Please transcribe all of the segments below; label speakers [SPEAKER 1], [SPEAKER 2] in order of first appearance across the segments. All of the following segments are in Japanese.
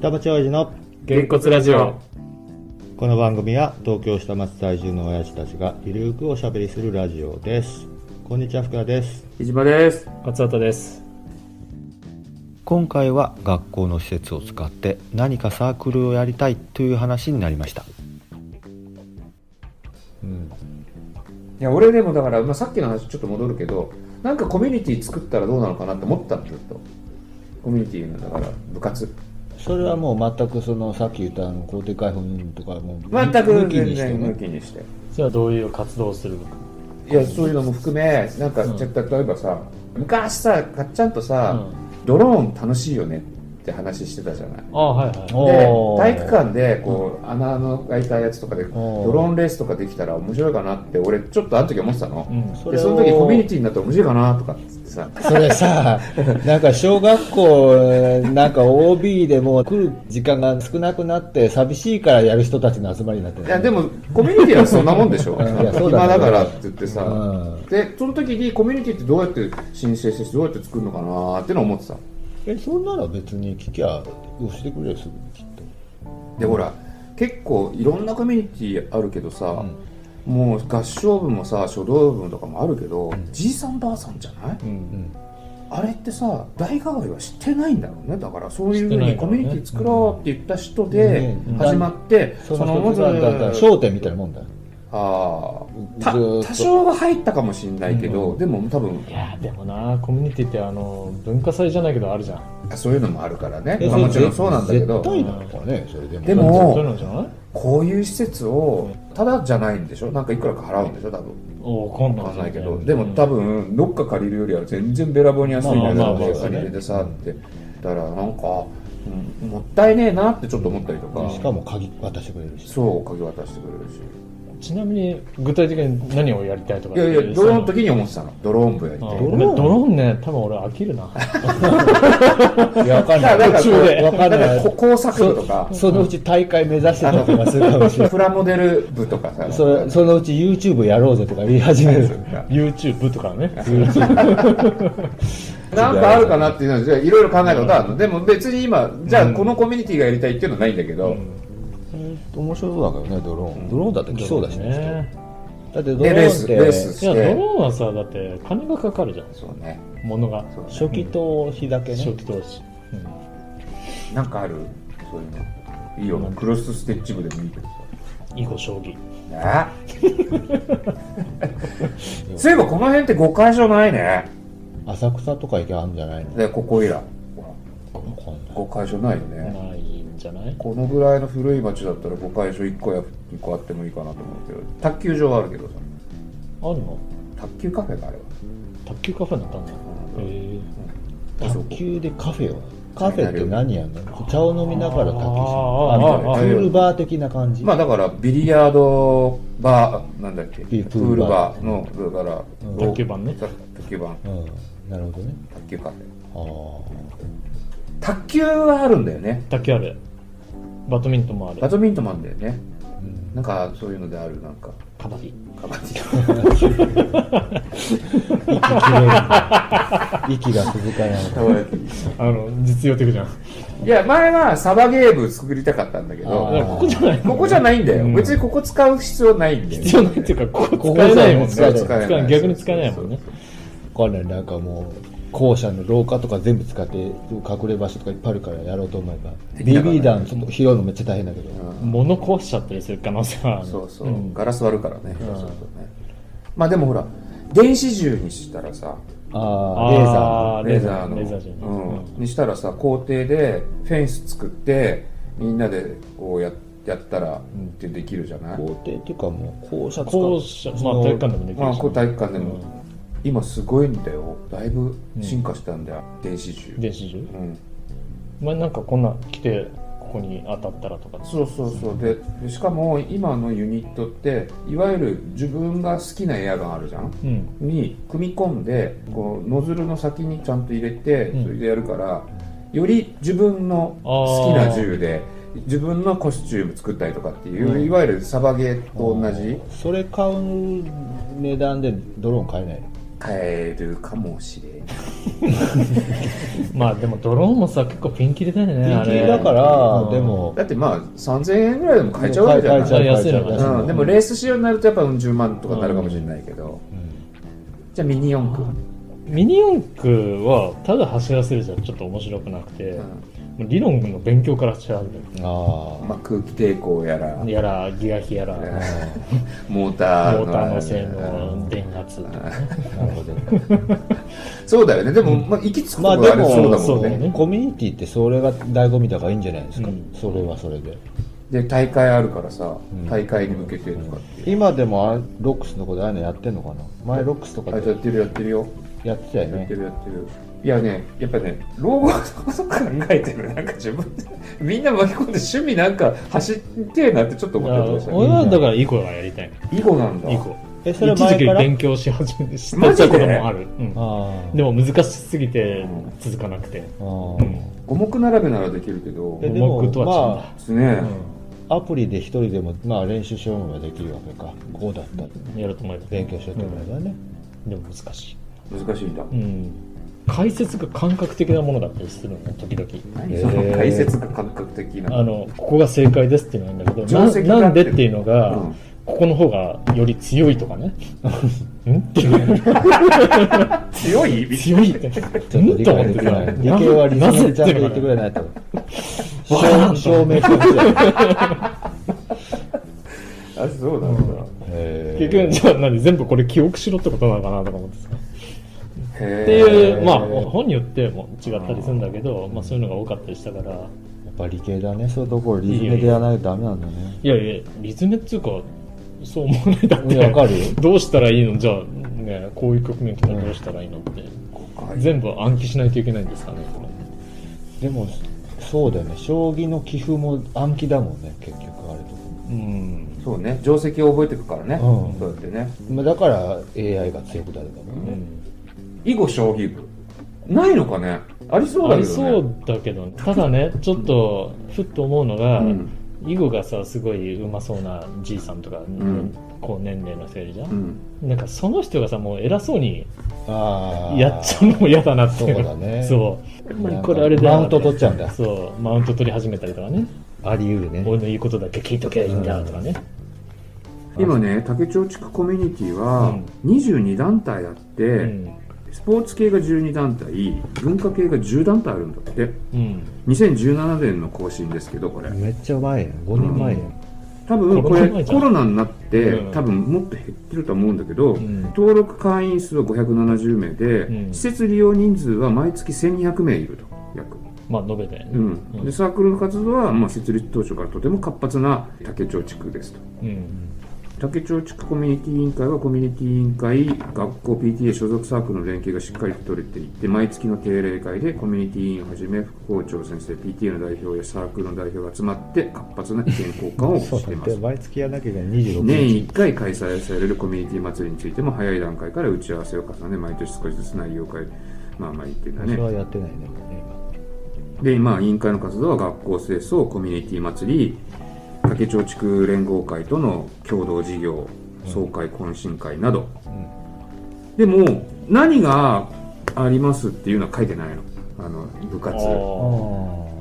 [SPEAKER 1] 田淵親父の
[SPEAKER 2] げんこつラジオ
[SPEAKER 1] この番組は東京下町在住の親父たちがゆるーくおしゃべりするラジオですこんにちは福田です
[SPEAKER 2] 飯島です勝畑です
[SPEAKER 1] 今回は学校の施設を使って何かサークルをやりたいという話になりましたうん
[SPEAKER 3] いや俺でもだから、まあ、さっきの話ちょっと戻るけどなんかコミュニティ作ったらどうなのかなって思ったのずっとコミュニティのだから部活
[SPEAKER 4] それはもう全くそのさっき言ったあの公邸開放運動とかもう
[SPEAKER 3] 全く
[SPEAKER 4] 抜き
[SPEAKER 3] 全
[SPEAKER 4] にして
[SPEAKER 3] 然
[SPEAKER 4] ね
[SPEAKER 3] 抜きにして
[SPEAKER 2] じゃあどういう活動をするのか
[SPEAKER 3] いやそういうのも含めなんか、じゃ例えばさ昔さかっちゃんとさ、ドローン楽しいよねって話してたじゃない
[SPEAKER 2] あはいは
[SPEAKER 3] で
[SPEAKER 4] おー
[SPEAKER 3] 体育館でこう穴の開いたやつとかでド
[SPEAKER 4] おー
[SPEAKER 3] ローンレースとかできたら面白いかなって俺ちょっとあの時思ってたの、
[SPEAKER 2] ん
[SPEAKER 4] それ
[SPEAKER 3] で
[SPEAKER 4] を
[SPEAKER 3] その時コミュニティになったら面白いかなとかっつってさ
[SPEAKER 4] それさ なんか小学校なんか OB でもう来る時間が少なくなって寂しいからやる人たちの集まりになってる
[SPEAKER 3] いやでもコミュニティはそんなもんでしょ
[SPEAKER 4] いやそうだ
[SPEAKER 3] 暇
[SPEAKER 4] ね
[SPEAKER 3] だからって言ってさ、
[SPEAKER 4] うん
[SPEAKER 3] でその時にコミュニティってどうやって申請してどうやって作るのかなってのを思ってた
[SPEAKER 4] えそんなら別に聞きゃ押してくれよすぐにきっと
[SPEAKER 3] でほら結構いろんなコミュニティあるけどさ、もう合唱部もさ書道部とかもあるけど、じいさんばあさんじゃない、あれってさ大学外は知ってないんだろうねだからそういうふうにコミュニティ作ろうって言った人で
[SPEAKER 4] うん
[SPEAKER 3] 始まって、
[SPEAKER 4] そ
[SPEAKER 3] その
[SPEAKER 4] の
[SPEAKER 3] ま
[SPEAKER 4] 一つなんだった
[SPEAKER 3] ま
[SPEAKER 4] ら
[SPEAKER 3] ず
[SPEAKER 4] 商店みたいなもんだよ
[SPEAKER 3] ああた
[SPEAKER 4] ずーっと
[SPEAKER 3] 多少は入ったかもしれないけど、でも多分
[SPEAKER 2] いいやでもなコミュニティってあの文化祭じゃないけどあるじゃん
[SPEAKER 3] そういうのもあるからね、
[SPEAKER 4] え
[SPEAKER 3] まあ、
[SPEAKER 4] それ
[SPEAKER 3] もちろんそうなんだけど
[SPEAKER 4] 絶対なのかねそれでも
[SPEAKER 3] でも
[SPEAKER 2] そういうのじゃない
[SPEAKER 3] こういう施設をただじゃないんでしょなんかいくらか払うんでしょ多分
[SPEAKER 2] おわかんない
[SPEAKER 3] わかんないけ
[SPEAKER 2] う
[SPEAKER 3] ど
[SPEAKER 2] ん
[SPEAKER 3] でも多分どっか借りるよりは全然べらぼうに安いんだけ
[SPEAKER 2] まあまあ
[SPEAKER 3] ど
[SPEAKER 2] まあ
[SPEAKER 3] 借りれてさってだからなんか、うんもったいねえなってちょっと思ったりとか、
[SPEAKER 4] しかも鍵渡してくれるし
[SPEAKER 3] そう鍵渡してくれるし
[SPEAKER 2] ちなみに具体的に何をやりたいとか
[SPEAKER 3] いやいやドローンの
[SPEAKER 2] と
[SPEAKER 3] 時に思ってたのドローン部やりたい
[SPEAKER 2] ドローンね多分俺飽きるな
[SPEAKER 4] いやわかんない
[SPEAKER 3] だから
[SPEAKER 4] 途中でわ
[SPEAKER 3] だ
[SPEAKER 4] かん
[SPEAKER 3] か
[SPEAKER 4] な
[SPEAKER 3] らこ
[SPEAKER 4] い
[SPEAKER 3] 工作部とか
[SPEAKER 4] そのうち大会目指してたりとかするかもしれない
[SPEAKER 3] プラモデル部とかさ
[SPEAKER 4] それそのうち YouTube やろうぜとか言い始める
[SPEAKER 2] YouTube とか ね
[SPEAKER 3] なんかあるかなっていうのでいろいろ考えたことあるの、でも別に今じゃあこのコミュニティがやりたいっていうのはないんだけど、
[SPEAKER 4] 面白そうだけどねドローンドローンだって来そうだしね
[SPEAKER 2] ね
[SPEAKER 4] だってドロ
[SPEAKER 3] でレー
[SPEAKER 4] ーンっ
[SPEAKER 3] スレース
[SPEAKER 4] て
[SPEAKER 2] い
[SPEAKER 3] し
[SPEAKER 2] やド
[SPEAKER 3] て
[SPEAKER 2] ローンはさだって金がかかるじゃん
[SPEAKER 3] そうね
[SPEAKER 2] 物が
[SPEAKER 3] そうね
[SPEAKER 4] 初期投資だけね
[SPEAKER 2] 初期投資
[SPEAKER 3] なんかあるそういうのいいよクロスステッチ部でもいいけどさ
[SPEAKER 2] 囲碁将棋
[SPEAKER 3] ねそういえばこの辺って5会所ないね
[SPEAKER 4] 浅草とか行けばあるんじゃないの
[SPEAKER 3] でここいら
[SPEAKER 4] わかんない
[SPEAKER 3] 5会所ないよね、
[SPEAKER 2] ないんじゃない
[SPEAKER 3] このぐらいの古い町だったら5会所1個や2個あってもいいかなと思うけど卓球場はあるけどさ
[SPEAKER 2] あるの
[SPEAKER 3] 卓球カフェがあれば
[SPEAKER 2] 卓球カフェになったんだへえ
[SPEAKER 4] 卓球でカフェをカフェって何やんの茶を飲みながら卓球するあ
[SPEAKER 2] あ
[SPEAKER 3] あああ
[SPEAKER 4] のクールバー的な感じ
[SPEAKER 3] まあだからビリヤードバーなんだっけ
[SPEAKER 4] ビ
[SPEAKER 3] プ
[SPEAKER 4] プ
[SPEAKER 3] ー
[SPEAKER 4] ー
[SPEAKER 3] ル
[SPEAKER 4] ル
[SPEAKER 3] バ
[SPEAKER 4] バ
[SPEAKER 3] ーのだから、
[SPEAKER 4] うん
[SPEAKER 2] 卓球盤ね
[SPEAKER 3] 卓球盤
[SPEAKER 4] うんなるほどね
[SPEAKER 3] 卓球カフェ
[SPEAKER 4] ああ
[SPEAKER 3] 卓球はあるんだよね
[SPEAKER 2] 卓球あるバドミントンもあ
[SPEAKER 3] バ
[SPEAKER 2] る
[SPEAKER 3] ドミントンもあるんだよね、なんかそういうのであるなんか
[SPEAKER 2] カバディ
[SPEAKER 3] カバディ
[SPEAKER 4] 息切れるんだ息が続かない
[SPEAKER 2] あの実用的じゃん
[SPEAKER 3] いや前はサバゲー部作りたかったんだけ
[SPEAKER 4] あ
[SPEAKER 3] ど
[SPEAKER 4] ー
[SPEAKER 2] ここじゃない
[SPEAKER 3] ここじゃないんだよ、
[SPEAKER 2] うん
[SPEAKER 3] 別にここ使う必要ないんだよ
[SPEAKER 2] 必要ないっていうかここ使えないもんね
[SPEAKER 4] ここじゃない
[SPEAKER 3] 使えない
[SPEAKER 2] 使え逆に使えないもんね
[SPEAKER 4] わかんないなんかもう校舎の廊下とか全部使って隠れ場所とかいっぱいあるからやろうと思えば
[SPEAKER 3] できなかったね
[SPEAKER 4] BB 弾ちょっと拾うのめっちゃ大変だけど、
[SPEAKER 2] 物壊しちゃったりする可能性はある
[SPEAKER 3] そうそう、
[SPEAKER 2] ん
[SPEAKER 3] ガラス割るからね,、そうそうねまあでもほら電子銃にしたらさ
[SPEAKER 4] ああレーザー
[SPEAKER 2] あー
[SPEAKER 3] レーザーの
[SPEAKER 2] レーザーじゃない
[SPEAKER 3] うんにしたらさ校庭でフェンス作ってみんなでこうややったらってできるじゃない、
[SPEAKER 4] 校庭っていうかもう校舎使う
[SPEAKER 2] 校舎まあ
[SPEAKER 4] その
[SPEAKER 2] 体育館でもできるし
[SPEAKER 3] まあ、こう体育館でも、今すごいんだよだいぶ進化したんだよ、電子銃
[SPEAKER 2] 電子銃
[SPEAKER 3] うん、
[SPEAKER 2] 前なんかこんな来てここに当たったらとか
[SPEAKER 3] そうそうそうででしかも今のユニットっていわゆる自分が好きなエアガンあるじゃん
[SPEAKER 2] うん
[SPEAKER 3] に組み込んでこうノズルの先にちゃんと入れて
[SPEAKER 2] うん
[SPEAKER 3] それでやるから、より自分の好きな銃で自分のコスチューム作ったりとかっていう、いわゆるサバゲーと同じ
[SPEAKER 4] それ買う値段でドローン買えないの
[SPEAKER 3] 変えるかもしれん
[SPEAKER 2] まあでもドローンもさ結構ピンキリだよね
[SPEAKER 4] ピンキ
[SPEAKER 2] あ
[SPEAKER 4] リ
[SPEAKER 2] れ
[SPEAKER 4] だから、
[SPEAKER 2] うん
[SPEAKER 4] でも、
[SPEAKER 3] だってまあ3000円ぐらいでも買えちゃうわけじゃ
[SPEAKER 4] 買えちゃ
[SPEAKER 3] な
[SPEAKER 4] う
[SPEAKER 3] い、
[SPEAKER 4] 買えちゃう
[SPEAKER 2] 安い
[SPEAKER 3] うん、でもレース仕様になるとやっぱうん10万とかになるかもしれないけど、じゃあミニ四駆、
[SPEAKER 2] ミニ四駆はただ走らせるじゃちょっと面白くなくて、もう理論の勉強から始まるんだよ
[SPEAKER 3] う
[SPEAKER 4] あ
[SPEAKER 3] んまあ、空気抵抗やら
[SPEAKER 2] やらギア比やら
[SPEAKER 3] うん
[SPEAKER 2] モ
[SPEAKER 3] モータ
[SPEAKER 2] ー
[SPEAKER 3] ー
[SPEAKER 2] ターの性能電圧
[SPEAKER 4] あ、なるほど。
[SPEAKER 3] そうだよねでも、 まあ、行き着くと
[SPEAKER 4] まあ
[SPEAKER 3] こ
[SPEAKER 4] で
[SPEAKER 3] があれそうだ
[SPEAKER 4] も、
[SPEAKER 3] もんね、
[SPEAKER 2] ね
[SPEAKER 4] コミュニティってそれが醍醐味だからいいんじゃないですか、
[SPEAKER 2] うん
[SPEAKER 4] それはそれで。
[SPEAKER 3] で大会あるからさ
[SPEAKER 4] うん
[SPEAKER 3] 大会に向けてとかって、
[SPEAKER 4] 今でもあれロックスのことああいうのやってんのかな前ロックスとか
[SPEAKER 3] あや
[SPEAKER 4] で
[SPEAKER 3] ってるやってるよ
[SPEAKER 4] やってたよ
[SPEAKER 3] やっ
[SPEAKER 4] ね
[SPEAKER 3] て。るやってるいやねやっぱね老後のこと考えてるなんか自分でみんな巻き込んで趣味なんか走ってえなってちょっと
[SPEAKER 2] だ
[SPEAKER 3] 思
[SPEAKER 2] から
[SPEAKER 3] ってましたね
[SPEAKER 2] 俺はだから囲碁がやりたい
[SPEAKER 3] 囲碁なんだ
[SPEAKER 2] 囲碁
[SPEAKER 4] え、それ
[SPEAKER 2] 一
[SPEAKER 4] は
[SPEAKER 2] 時期
[SPEAKER 4] 前から
[SPEAKER 2] 勉強し始めてし
[SPEAKER 3] マ
[SPEAKER 2] た
[SPEAKER 3] ジで
[SPEAKER 2] こともある、うん
[SPEAKER 4] ああ
[SPEAKER 2] でも難しすぎて続かなくて、
[SPEAKER 4] あ
[SPEAKER 2] う
[SPEAKER 4] ー
[SPEAKER 2] ん
[SPEAKER 3] 五目並べならできるけど
[SPEAKER 4] え
[SPEAKER 3] で
[SPEAKER 4] で
[SPEAKER 2] 僕と
[SPEAKER 4] も、
[SPEAKER 2] は違うんだ
[SPEAKER 4] ま
[SPEAKER 3] すね、
[SPEAKER 4] あ、アプリで一人でも、まあ、練習しようのができるわけか。こうだったら、
[SPEAKER 2] やろうと思えば
[SPEAKER 4] 勉強しようと思えばね。
[SPEAKER 2] でも難しい、
[SPEAKER 3] 難しいんだ、
[SPEAKER 2] うん、解説が感覚的なものだったりするの時々
[SPEAKER 3] 何その解説が感覚的な
[SPEAKER 2] あのここが正解ですっていうのがあるん
[SPEAKER 3] 定
[SPEAKER 2] だ
[SPEAKER 3] 石
[SPEAKER 2] けど
[SPEAKER 3] が
[SPEAKER 2] な
[SPEAKER 3] あ
[SPEAKER 2] な
[SPEAKER 3] っ
[SPEAKER 2] ん
[SPEAKER 3] て
[SPEAKER 2] でっていうのが、
[SPEAKER 3] うん
[SPEAKER 2] ここの方がより強いとかねんっていう
[SPEAKER 3] 強い
[SPEAKER 2] 強いって
[SPEAKER 4] ちょっと理
[SPEAKER 2] と思
[SPEAKER 4] 解
[SPEAKER 2] っ
[SPEAKER 4] で
[SPEAKER 2] て
[SPEAKER 4] き
[SPEAKER 2] る
[SPEAKER 4] ない。理系は理
[SPEAKER 2] なぜ
[SPEAKER 4] 想ちゃんと言ってくれないと。証証明してほしい。
[SPEAKER 3] あそうなんだ、
[SPEAKER 4] へ
[SPEAKER 2] 結局じゃあ何全部これ記憶しろってことなのかなとか思ってさ
[SPEAKER 3] へ
[SPEAKER 2] って
[SPEAKER 3] え
[SPEAKER 2] いう、まあ、本によっても違ったりするんだけど、まあ、そういうのが多かったりしたから、
[SPEAKER 4] ーやっぱり理系だね。そういうところリズムでやらないとダメなんだね。
[SPEAKER 2] いやいや、リズムっていうか、そう思わないだっ
[SPEAKER 4] いやわか
[SPEAKER 2] て、
[SPEAKER 4] るよ。
[SPEAKER 2] どうしたらいいのじゃあ、ね、こういう局面来たらどうしたらいいのって、全部暗記しないといけないんですかね、これ。
[SPEAKER 4] でも、そうだよね。将棋の棋譜も暗記だもんね、結局あれとか
[SPEAKER 2] うん。
[SPEAKER 3] そうね定石を覚えていくからね、
[SPEAKER 4] うん
[SPEAKER 3] そうやってね
[SPEAKER 4] まあだから AI が強くなるんだもんね。
[SPEAKER 3] 囲碁将棋部ないのかねありそう
[SPEAKER 2] あ
[SPEAKER 3] だけ
[SPEAKER 2] り
[SPEAKER 3] どね
[SPEAKER 2] そうだけど、ただね、ちょっと、ふっと思うのが、
[SPEAKER 3] うん
[SPEAKER 2] 囲碁がさ、すごいうまそうなじいさんとか、
[SPEAKER 3] ん
[SPEAKER 2] 高年齢の人いるじゃ。
[SPEAKER 3] うんん
[SPEAKER 2] なんか、その人がさ、もう偉そうに
[SPEAKER 4] ああ。
[SPEAKER 2] やっちゃうのも嫌だなっていう
[SPEAKER 4] そうだね
[SPEAKER 2] そう
[SPEAKER 4] なんか
[SPEAKER 2] これあれだ
[SPEAKER 4] マウント取っちゃうんだ
[SPEAKER 2] そうマウント取り始めたりとかね
[SPEAKER 4] あり得るね。
[SPEAKER 2] 俺の言うことだけ聞いとけばいいんだとかね、
[SPEAKER 3] 今ね竹町地区コミュニティ
[SPEAKER 2] う
[SPEAKER 3] は
[SPEAKER 2] ん
[SPEAKER 3] 22団体あって、
[SPEAKER 2] うん
[SPEAKER 3] スポーツ系が12団体文化系が10団体あるんだって
[SPEAKER 2] うん、
[SPEAKER 3] 2017年の更新ですけどこれ
[SPEAKER 4] めっちゃ前やん。5年前やん。
[SPEAKER 3] 多分こ
[SPEAKER 2] コロナ
[SPEAKER 3] れ
[SPEAKER 2] 前じゃ
[SPEAKER 3] コ
[SPEAKER 2] ん
[SPEAKER 3] ロナになって
[SPEAKER 2] うん
[SPEAKER 3] 多分もっと減ってると思うんだけど、
[SPEAKER 2] ん
[SPEAKER 3] 登録会員数は570名で、
[SPEAKER 2] うん
[SPEAKER 3] 施設利用人数は毎月1200名いると約
[SPEAKER 2] まあ述べて
[SPEAKER 3] うん
[SPEAKER 2] うん
[SPEAKER 3] でサークルの活動は、まあ、設立当初からとても活発な竹町地区ですと
[SPEAKER 2] うん
[SPEAKER 3] 竹町地区コミュニティ委員会はコミュニティ委員会学校 PTA 所属サークルの連携がしっかりと取れていて毎月の定例会でコミュニティ委員をはじめ副校長先生 PTA の代表やサークルの代表が集まって活発な意見交換を しています
[SPEAKER 4] で毎月やらなきゃいけない26日。
[SPEAKER 3] 年1回開催されるコミュニティ祭りについても早い段階から打ち合わせを重ね毎年少しずつ内容を変えまあまあ言ってんだ
[SPEAKER 4] それ
[SPEAKER 3] ね
[SPEAKER 4] はやってないね。
[SPEAKER 3] で今委員会の活動は学校清掃コミュニティ祭り竹町地区連合会との共同事業総会懇親会など、でも何がありますっていうのは書いてないのあの部
[SPEAKER 2] あ
[SPEAKER 3] 活
[SPEAKER 2] ー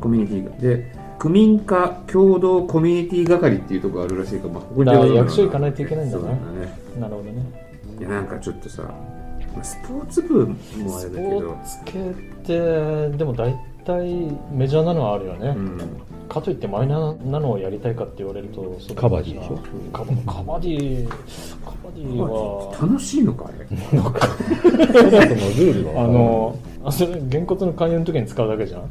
[SPEAKER 3] コミュニティがで区民課共同コミュニティ係っていうところがあるらしいから、まあ、ここ
[SPEAKER 2] だから
[SPEAKER 3] 電話
[SPEAKER 2] 役所行かないといけないんだ
[SPEAKER 3] そ
[SPEAKER 2] ね
[SPEAKER 3] うだね
[SPEAKER 2] なるほどね
[SPEAKER 3] いやなんかちょっとさまあスポーツ部もあれ
[SPEAKER 2] ス
[SPEAKER 3] だけ
[SPEAKER 2] ポ
[SPEAKER 3] ど
[SPEAKER 2] ー、ツ系ってでも大体メジャーなのはあるよね、
[SPEAKER 3] うん、
[SPEAKER 2] かといってマイナーなのをやりたいかって言われるとそう
[SPEAKER 4] カバディでしょ
[SPEAKER 2] カバカバディカバディは
[SPEAKER 3] 楽しいのかあれ
[SPEAKER 4] そもそもルールが分から
[SPEAKER 2] あ
[SPEAKER 4] ない
[SPEAKER 2] の、あそれ、原骨の勧誘の時に使うだけじゃん。
[SPEAKER 4] うん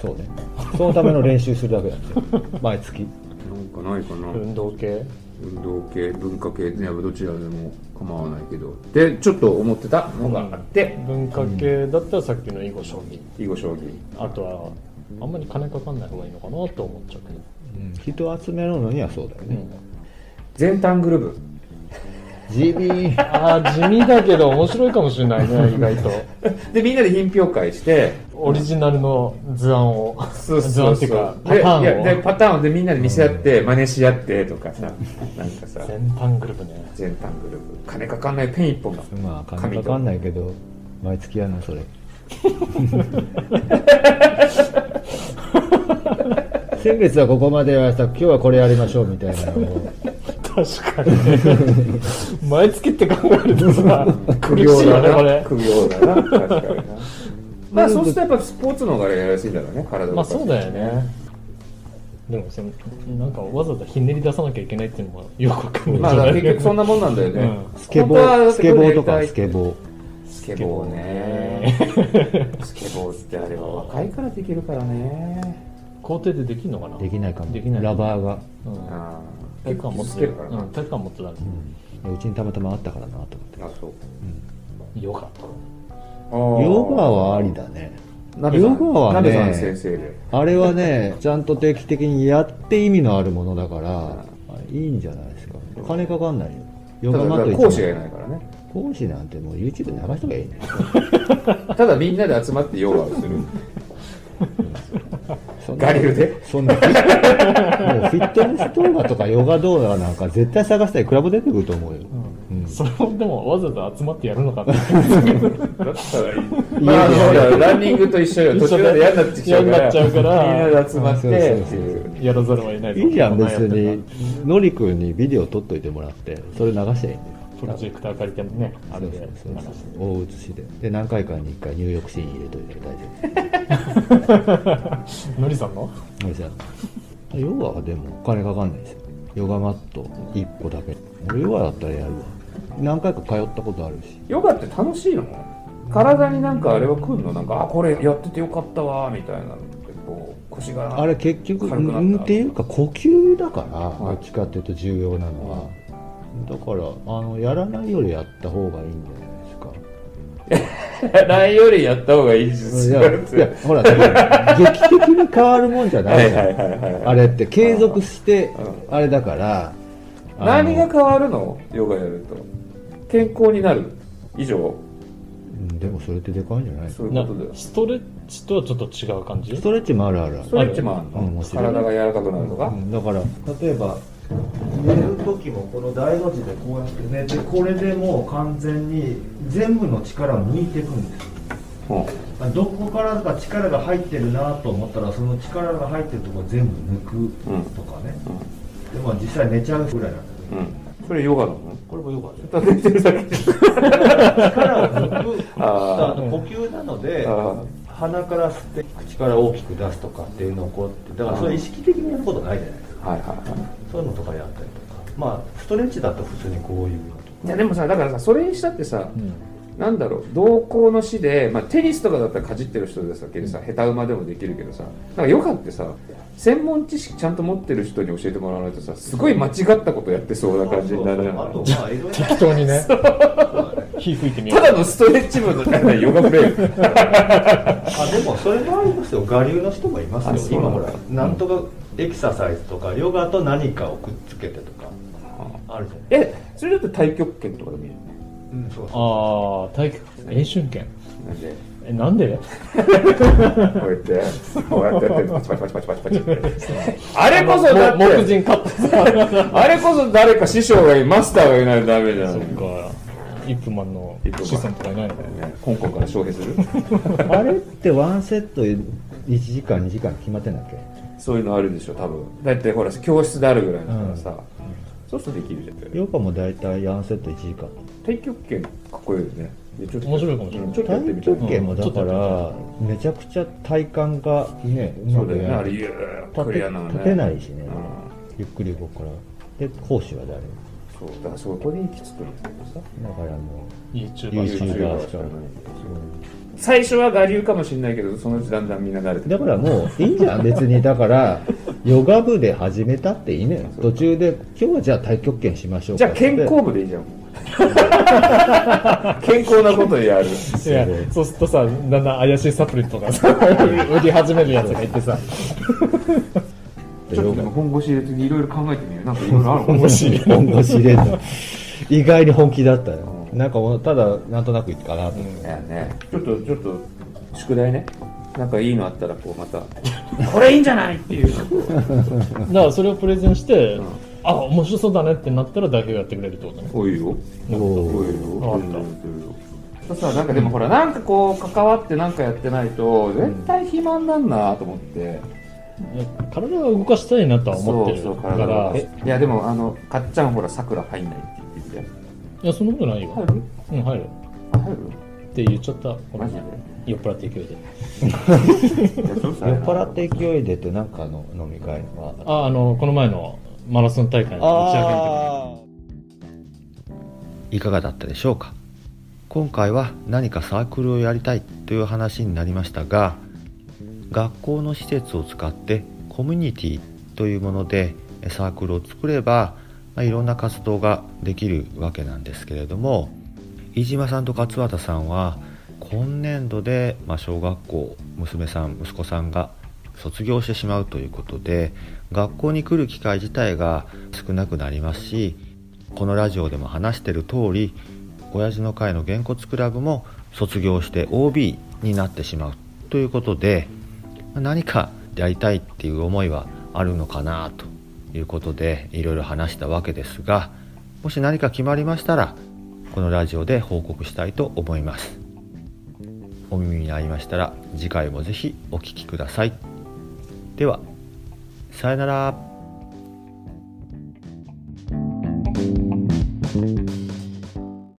[SPEAKER 4] そうね。そのための練習するだけなんですよ。毎月。
[SPEAKER 3] なんかない かな、
[SPEAKER 2] 運動系。
[SPEAKER 3] 運動系文化系ねどちらでも構わないけどでちょっと思ってたのがあって、
[SPEAKER 2] 文化系だったらさっきの囲碁将棋。
[SPEAKER 3] 囲碁将棋
[SPEAKER 2] あとは、あんまり金かかんない方がいいのかなと思っちゃうけど。
[SPEAKER 4] 人を集めるのにはそうだよね。
[SPEAKER 3] 全タングル部
[SPEAKER 5] 地味。
[SPEAKER 2] ああ、地味だけど面白いかもしれないね、意外と。
[SPEAKER 3] でみんなで品評会して
[SPEAKER 2] オリジナルの図案を。
[SPEAKER 3] そう
[SPEAKER 2] 図
[SPEAKER 3] そ
[SPEAKER 2] 案
[SPEAKER 3] う
[SPEAKER 2] って
[SPEAKER 3] そ
[SPEAKER 2] いうか
[SPEAKER 3] う、
[SPEAKER 2] パ
[SPEAKER 3] でい
[SPEAKER 2] タ
[SPEAKER 3] や
[SPEAKER 2] ー
[SPEAKER 3] で
[SPEAKER 2] ンを。
[SPEAKER 3] パターンをでみんなで見せ合って真似し合ってとかさなんかさ
[SPEAKER 2] 全般グループね。
[SPEAKER 3] 全タングループ金かかんないペン一本だ
[SPEAKER 5] まあ、金かかんないけど、毎月やな、それ。先月はここまでやらせた、今日はこれやりましょうみたいなのを。
[SPEAKER 2] 確かにね。毎月って考えるとさ、苦
[SPEAKER 3] 苦
[SPEAKER 2] し
[SPEAKER 3] 行
[SPEAKER 2] いよね、こ
[SPEAKER 3] だな
[SPEAKER 2] れ。
[SPEAKER 3] 苦行だな確か になまあそうするとやっぱスポーツの方がやりやすいんだろうね体動
[SPEAKER 2] まあ
[SPEAKER 3] かす
[SPEAKER 2] そうだよね。でもその、なんかわざわざひねり出さなきゃいけないっていうのもよくわかんない
[SPEAKER 3] まあ だから結局そんなもんなんだよね、
[SPEAKER 2] うん
[SPEAKER 4] スケボ
[SPEAKER 3] 本当
[SPEAKER 4] ー、
[SPEAKER 3] はだっ
[SPEAKER 4] ス
[SPEAKER 3] て
[SPEAKER 4] ケ
[SPEAKER 3] これ
[SPEAKER 4] ボ
[SPEAKER 3] や
[SPEAKER 4] ー
[SPEAKER 3] り
[SPEAKER 4] と
[SPEAKER 3] た
[SPEAKER 4] か
[SPEAKER 3] い
[SPEAKER 4] スケボー。
[SPEAKER 3] スケボー ねスケボーってあれは若いからできるからね
[SPEAKER 2] 校庭でできるのかな
[SPEAKER 4] できないかも。
[SPEAKER 2] できない
[SPEAKER 4] ラバーが。
[SPEAKER 2] うん
[SPEAKER 3] あ
[SPEAKER 2] 体育館持っ
[SPEAKER 3] ス
[SPEAKER 2] て
[SPEAKER 3] ケ
[SPEAKER 2] る
[SPEAKER 3] ボー
[SPEAKER 2] か、
[SPEAKER 3] からら
[SPEAKER 2] うん、体育館持ってたら、
[SPEAKER 4] うん。うちにたまたまあったからなと思って。
[SPEAKER 3] あそう
[SPEAKER 2] ヨガとか
[SPEAKER 4] ヨガはありだね。
[SPEAKER 3] なべさん
[SPEAKER 4] ヨガはね
[SPEAKER 3] なべさん先生で
[SPEAKER 4] あれはね、ちゃんと定期的にやって意味のあるものだから、いいんじゃないですか。金かかんないよ。ヨガマ
[SPEAKER 3] た
[SPEAKER 4] ット
[SPEAKER 3] だ
[SPEAKER 4] 一枚
[SPEAKER 3] 講師がいないからね
[SPEAKER 4] 講師なんてもう YouTube で流しとけばいいね。
[SPEAKER 3] ただみんなで集まってヨガをする
[SPEAKER 4] そんな
[SPEAKER 3] ガリルで
[SPEAKER 4] そんな、もうフィットネス動画とかヨガ動画なんか絶対探したらいくらも出てくると思うよ。うん
[SPEAKER 2] それもでもわざわざ集まってやるのかな
[SPEAKER 3] だったらいいまああのほらランニングと一緒よ途中まで嫌になってきちゃう
[SPEAKER 2] 嫌に
[SPEAKER 3] から
[SPEAKER 2] なっちゃうから
[SPEAKER 3] みんなで集まってってい
[SPEAKER 4] そ
[SPEAKER 3] う
[SPEAKER 4] うそうそう
[SPEAKER 2] やらざるを得ない
[SPEAKER 4] いいじゃん、別
[SPEAKER 2] こなやって
[SPEAKER 4] に。のりくんにビデオ撮っといてもらって、それ流していいんだよ。
[SPEAKER 2] たプロジェクター借りてもねあ
[SPEAKER 4] そ
[SPEAKER 2] れ
[SPEAKER 4] う
[SPEAKER 2] で
[SPEAKER 4] そうそうそう大写しでで何回かに1回入浴シーン入れといて大丈
[SPEAKER 2] のりさんの
[SPEAKER 4] 夫はいじゃあヨガはでもお金かかんないですよヨガマット1個だけ俺ヨガだったらやるわ何回か通ったことあるし
[SPEAKER 3] ヨガって楽しいの体になんかあれは来んのなんかあこれやっててよかったわみたいなのってこう腰が
[SPEAKER 4] あ れ結局
[SPEAKER 3] 軽くなった
[SPEAKER 4] うんっていうか呼吸だから
[SPEAKER 3] い
[SPEAKER 4] どっちかっていうと重要なのはだからあのやらないよりやった方がいいんじゃないですか
[SPEAKER 3] ないよりやった方がいいです
[SPEAKER 4] い
[SPEAKER 3] よ
[SPEAKER 4] やいやほらだから劇的に変わるもんじゃないじゃん
[SPEAKER 3] はいはい
[SPEAKER 4] あれって継続して
[SPEAKER 3] う
[SPEAKER 4] あれだからあの
[SPEAKER 3] 何が変わるのヨガやると健康になる以上
[SPEAKER 4] うんでもそれってでかいんじゃないス
[SPEAKER 3] そういう
[SPEAKER 2] な
[SPEAKER 3] ことだよ
[SPEAKER 2] ストレッチとはちょっと違う感じ
[SPEAKER 4] トレッチもあるあるあ
[SPEAKER 3] ス
[SPEAKER 4] る
[SPEAKER 3] トレッチもある
[SPEAKER 4] うんも
[SPEAKER 3] の
[SPEAKER 4] ちろん
[SPEAKER 3] 体が柔らかくなるとか、
[SPEAKER 4] うんだから
[SPEAKER 6] 例えば寝る時もこの大の字でこうやって寝てこれでもう完全に全部の力を抜いていくんです
[SPEAKER 3] うん
[SPEAKER 6] あどこからか力が入ってるなと思ったらその力が入ってるところ全部抜くとかね、でまあ実際寝ちゃうぐらいなんだ
[SPEAKER 3] うん、それヨガなの
[SPEAKER 6] けどこれもよかった
[SPEAKER 3] ただ寝てるだけ
[SPEAKER 6] 力を抜くあ
[SPEAKER 3] あ
[SPEAKER 6] と呼吸なので
[SPEAKER 3] あ
[SPEAKER 6] 鼻から吸って口から大きく出すとかっていうのをこうやってだからそれ意識的にやることないじゃないですか
[SPEAKER 3] はいはいは
[SPEAKER 6] そういうのとかやったりとかまあストレッチだと普通にこういうのとか
[SPEAKER 3] いいやでもさだからさそれにしたってさ、
[SPEAKER 2] うん
[SPEAKER 3] なんだろう同行の死で、まあ、テニスとかだったらかじってる人でさけどさ下手馬でもできるけどさなんかヨガってさ専門知識ちゃんと持ってる人に教えてもらわないとさすごい間違ったことやってそうな感じになるじゃ
[SPEAKER 6] あ
[SPEAKER 3] ない
[SPEAKER 6] とまあいろいろ
[SPEAKER 2] 適当に ね火吹いてみよ
[SPEAKER 3] ただのストレッチ部の 中でヨガプレイ
[SPEAKER 6] あでもそれもありますよ我流の人もいま
[SPEAKER 3] あ
[SPEAKER 6] す
[SPEAKER 3] そ
[SPEAKER 6] よ
[SPEAKER 3] うな
[SPEAKER 6] 今
[SPEAKER 3] んだ
[SPEAKER 6] ほらなんとかエクササイズとかヨガと何かをくっつけてとかあるじゃない
[SPEAKER 3] えそれだと太極拳とかでもいいよね
[SPEAKER 6] うんそうそう
[SPEAKER 2] ああ体育練習券
[SPEAKER 3] なんで
[SPEAKER 2] えなんで
[SPEAKER 3] こうやってこうやってやってパチパチパチパチパチパチってあれこそだっ
[SPEAKER 2] も木
[SPEAKER 3] て
[SPEAKER 2] 人カットさ
[SPEAKER 3] あれこ そ誰か師匠がいマスターがいないとダメじゃ
[SPEAKER 2] そっ
[SPEAKER 3] ん
[SPEAKER 2] かイップマンの
[SPEAKER 3] イップマン
[SPEAKER 2] 子孫とかいないの
[SPEAKER 3] 香港から招聘する
[SPEAKER 4] あれってワンセット1時間2時間決まってんだっけ
[SPEAKER 3] そういうのあるでしょ多分だってほら教室であるぐらいだからさ、そうするとできるじゃん
[SPEAKER 4] ヨガも大体ワンセット1時間
[SPEAKER 3] 太極拳かっこいいよねいやちょっと
[SPEAKER 2] 面白いかもしれない
[SPEAKER 3] ちょっとやって
[SPEAKER 4] 体
[SPEAKER 3] みたい
[SPEAKER 4] 重計もだからめちゃくちゃ体幹がねう
[SPEAKER 3] そ
[SPEAKER 4] ま
[SPEAKER 3] うだ
[SPEAKER 4] く
[SPEAKER 3] よね
[SPEAKER 4] や
[SPEAKER 3] あ
[SPEAKER 4] る
[SPEAKER 3] れゆーっ
[SPEAKER 4] 立
[SPEAKER 3] くりやなの
[SPEAKER 4] て
[SPEAKER 3] ね
[SPEAKER 4] 立てないしね
[SPEAKER 3] うん
[SPEAKER 4] ゆっくり動くからで講師は誰
[SPEAKER 3] そうだからそこで行き着くんだけどさ
[SPEAKER 4] だからも
[SPEAKER 2] YouTuber さん
[SPEAKER 4] YouTuber
[SPEAKER 3] 最初は我流かもしれないけどそのうちだんだんみんな慣れて
[SPEAKER 4] う
[SPEAKER 3] く
[SPEAKER 4] だからもういいじゃん別にだ からヨガ部で始めたっていいね途中で今日はじゃあ太極拳しましょう
[SPEAKER 3] じ
[SPEAKER 4] か
[SPEAKER 3] ゃあ健康部でいいじゃんもう健康なことやる
[SPEAKER 2] いやそうするとさだんだん怪しいサプリとかさ売り始めるやつがいてさ
[SPEAKER 4] ヨガ
[SPEAKER 3] 本腰入れていろいろ考えてみようなんかいろいろある
[SPEAKER 2] 面白い
[SPEAKER 4] 本腰入れんの
[SPEAKER 5] 意外に本気だったよ。なんかもう、ただ、なんとなくいいかなと思って。
[SPEAKER 3] やねちょっとちょっと宿題ねなんかいいのあったらこうまたこれいいんじゃないっていう
[SPEAKER 2] だからそれをプレゼンして、あ面白そうだねってなったら代表やってくれるってことね
[SPEAKER 3] おいよ
[SPEAKER 4] お
[SPEAKER 3] お
[SPEAKER 4] ー
[SPEAKER 3] いよ
[SPEAKER 2] あった
[SPEAKER 3] そうさなんかでもほらなんかこう関わってなんかやってないと絶対肥満なんなと思って、
[SPEAKER 2] いや体は動かしたいなとは思ってる
[SPEAKER 3] そうそ
[SPEAKER 2] だ
[SPEAKER 3] う
[SPEAKER 2] から
[SPEAKER 3] えいやでもあのかっちゃんほらさくら入んないって言ってたよ
[SPEAKER 2] いやそんなことないよ、
[SPEAKER 3] 入る
[SPEAKER 2] うん入る
[SPEAKER 3] あ入る
[SPEAKER 2] って言っちゃったごめ
[SPEAKER 3] マ
[SPEAKER 2] ん
[SPEAKER 3] ジで
[SPEAKER 2] 酔っ払って勢いで
[SPEAKER 3] いやそうさ
[SPEAKER 4] 酔っ払って勢いでってなんかの飲み会は
[SPEAKER 2] ああのこの前のマラソン大会の打ち上げの時に
[SPEAKER 4] いかがだったでしょうか今回は何かサークルをやりたいという話になりましたが学校の施設を使ってコミュニティというものでサークルを作れば、まあ、いろんな活動ができるわけなんですけれども飯島さんと勝俣さんは今年度で、まあ、小学校娘さん息子さんが卒業してしまうということで学校に来る機会自体が少なくなりますしこのラジオでも話してる通り親父の会のげんこつクラブも卒業して OB になってしまうということで何かやりたいっていう思いはあるのかなということでいろいろ話したわけですがもし何か決まりましたらこのラジオで報告したいと思いますお耳に合いましたら次回もぜひお聴きくださいではさよなら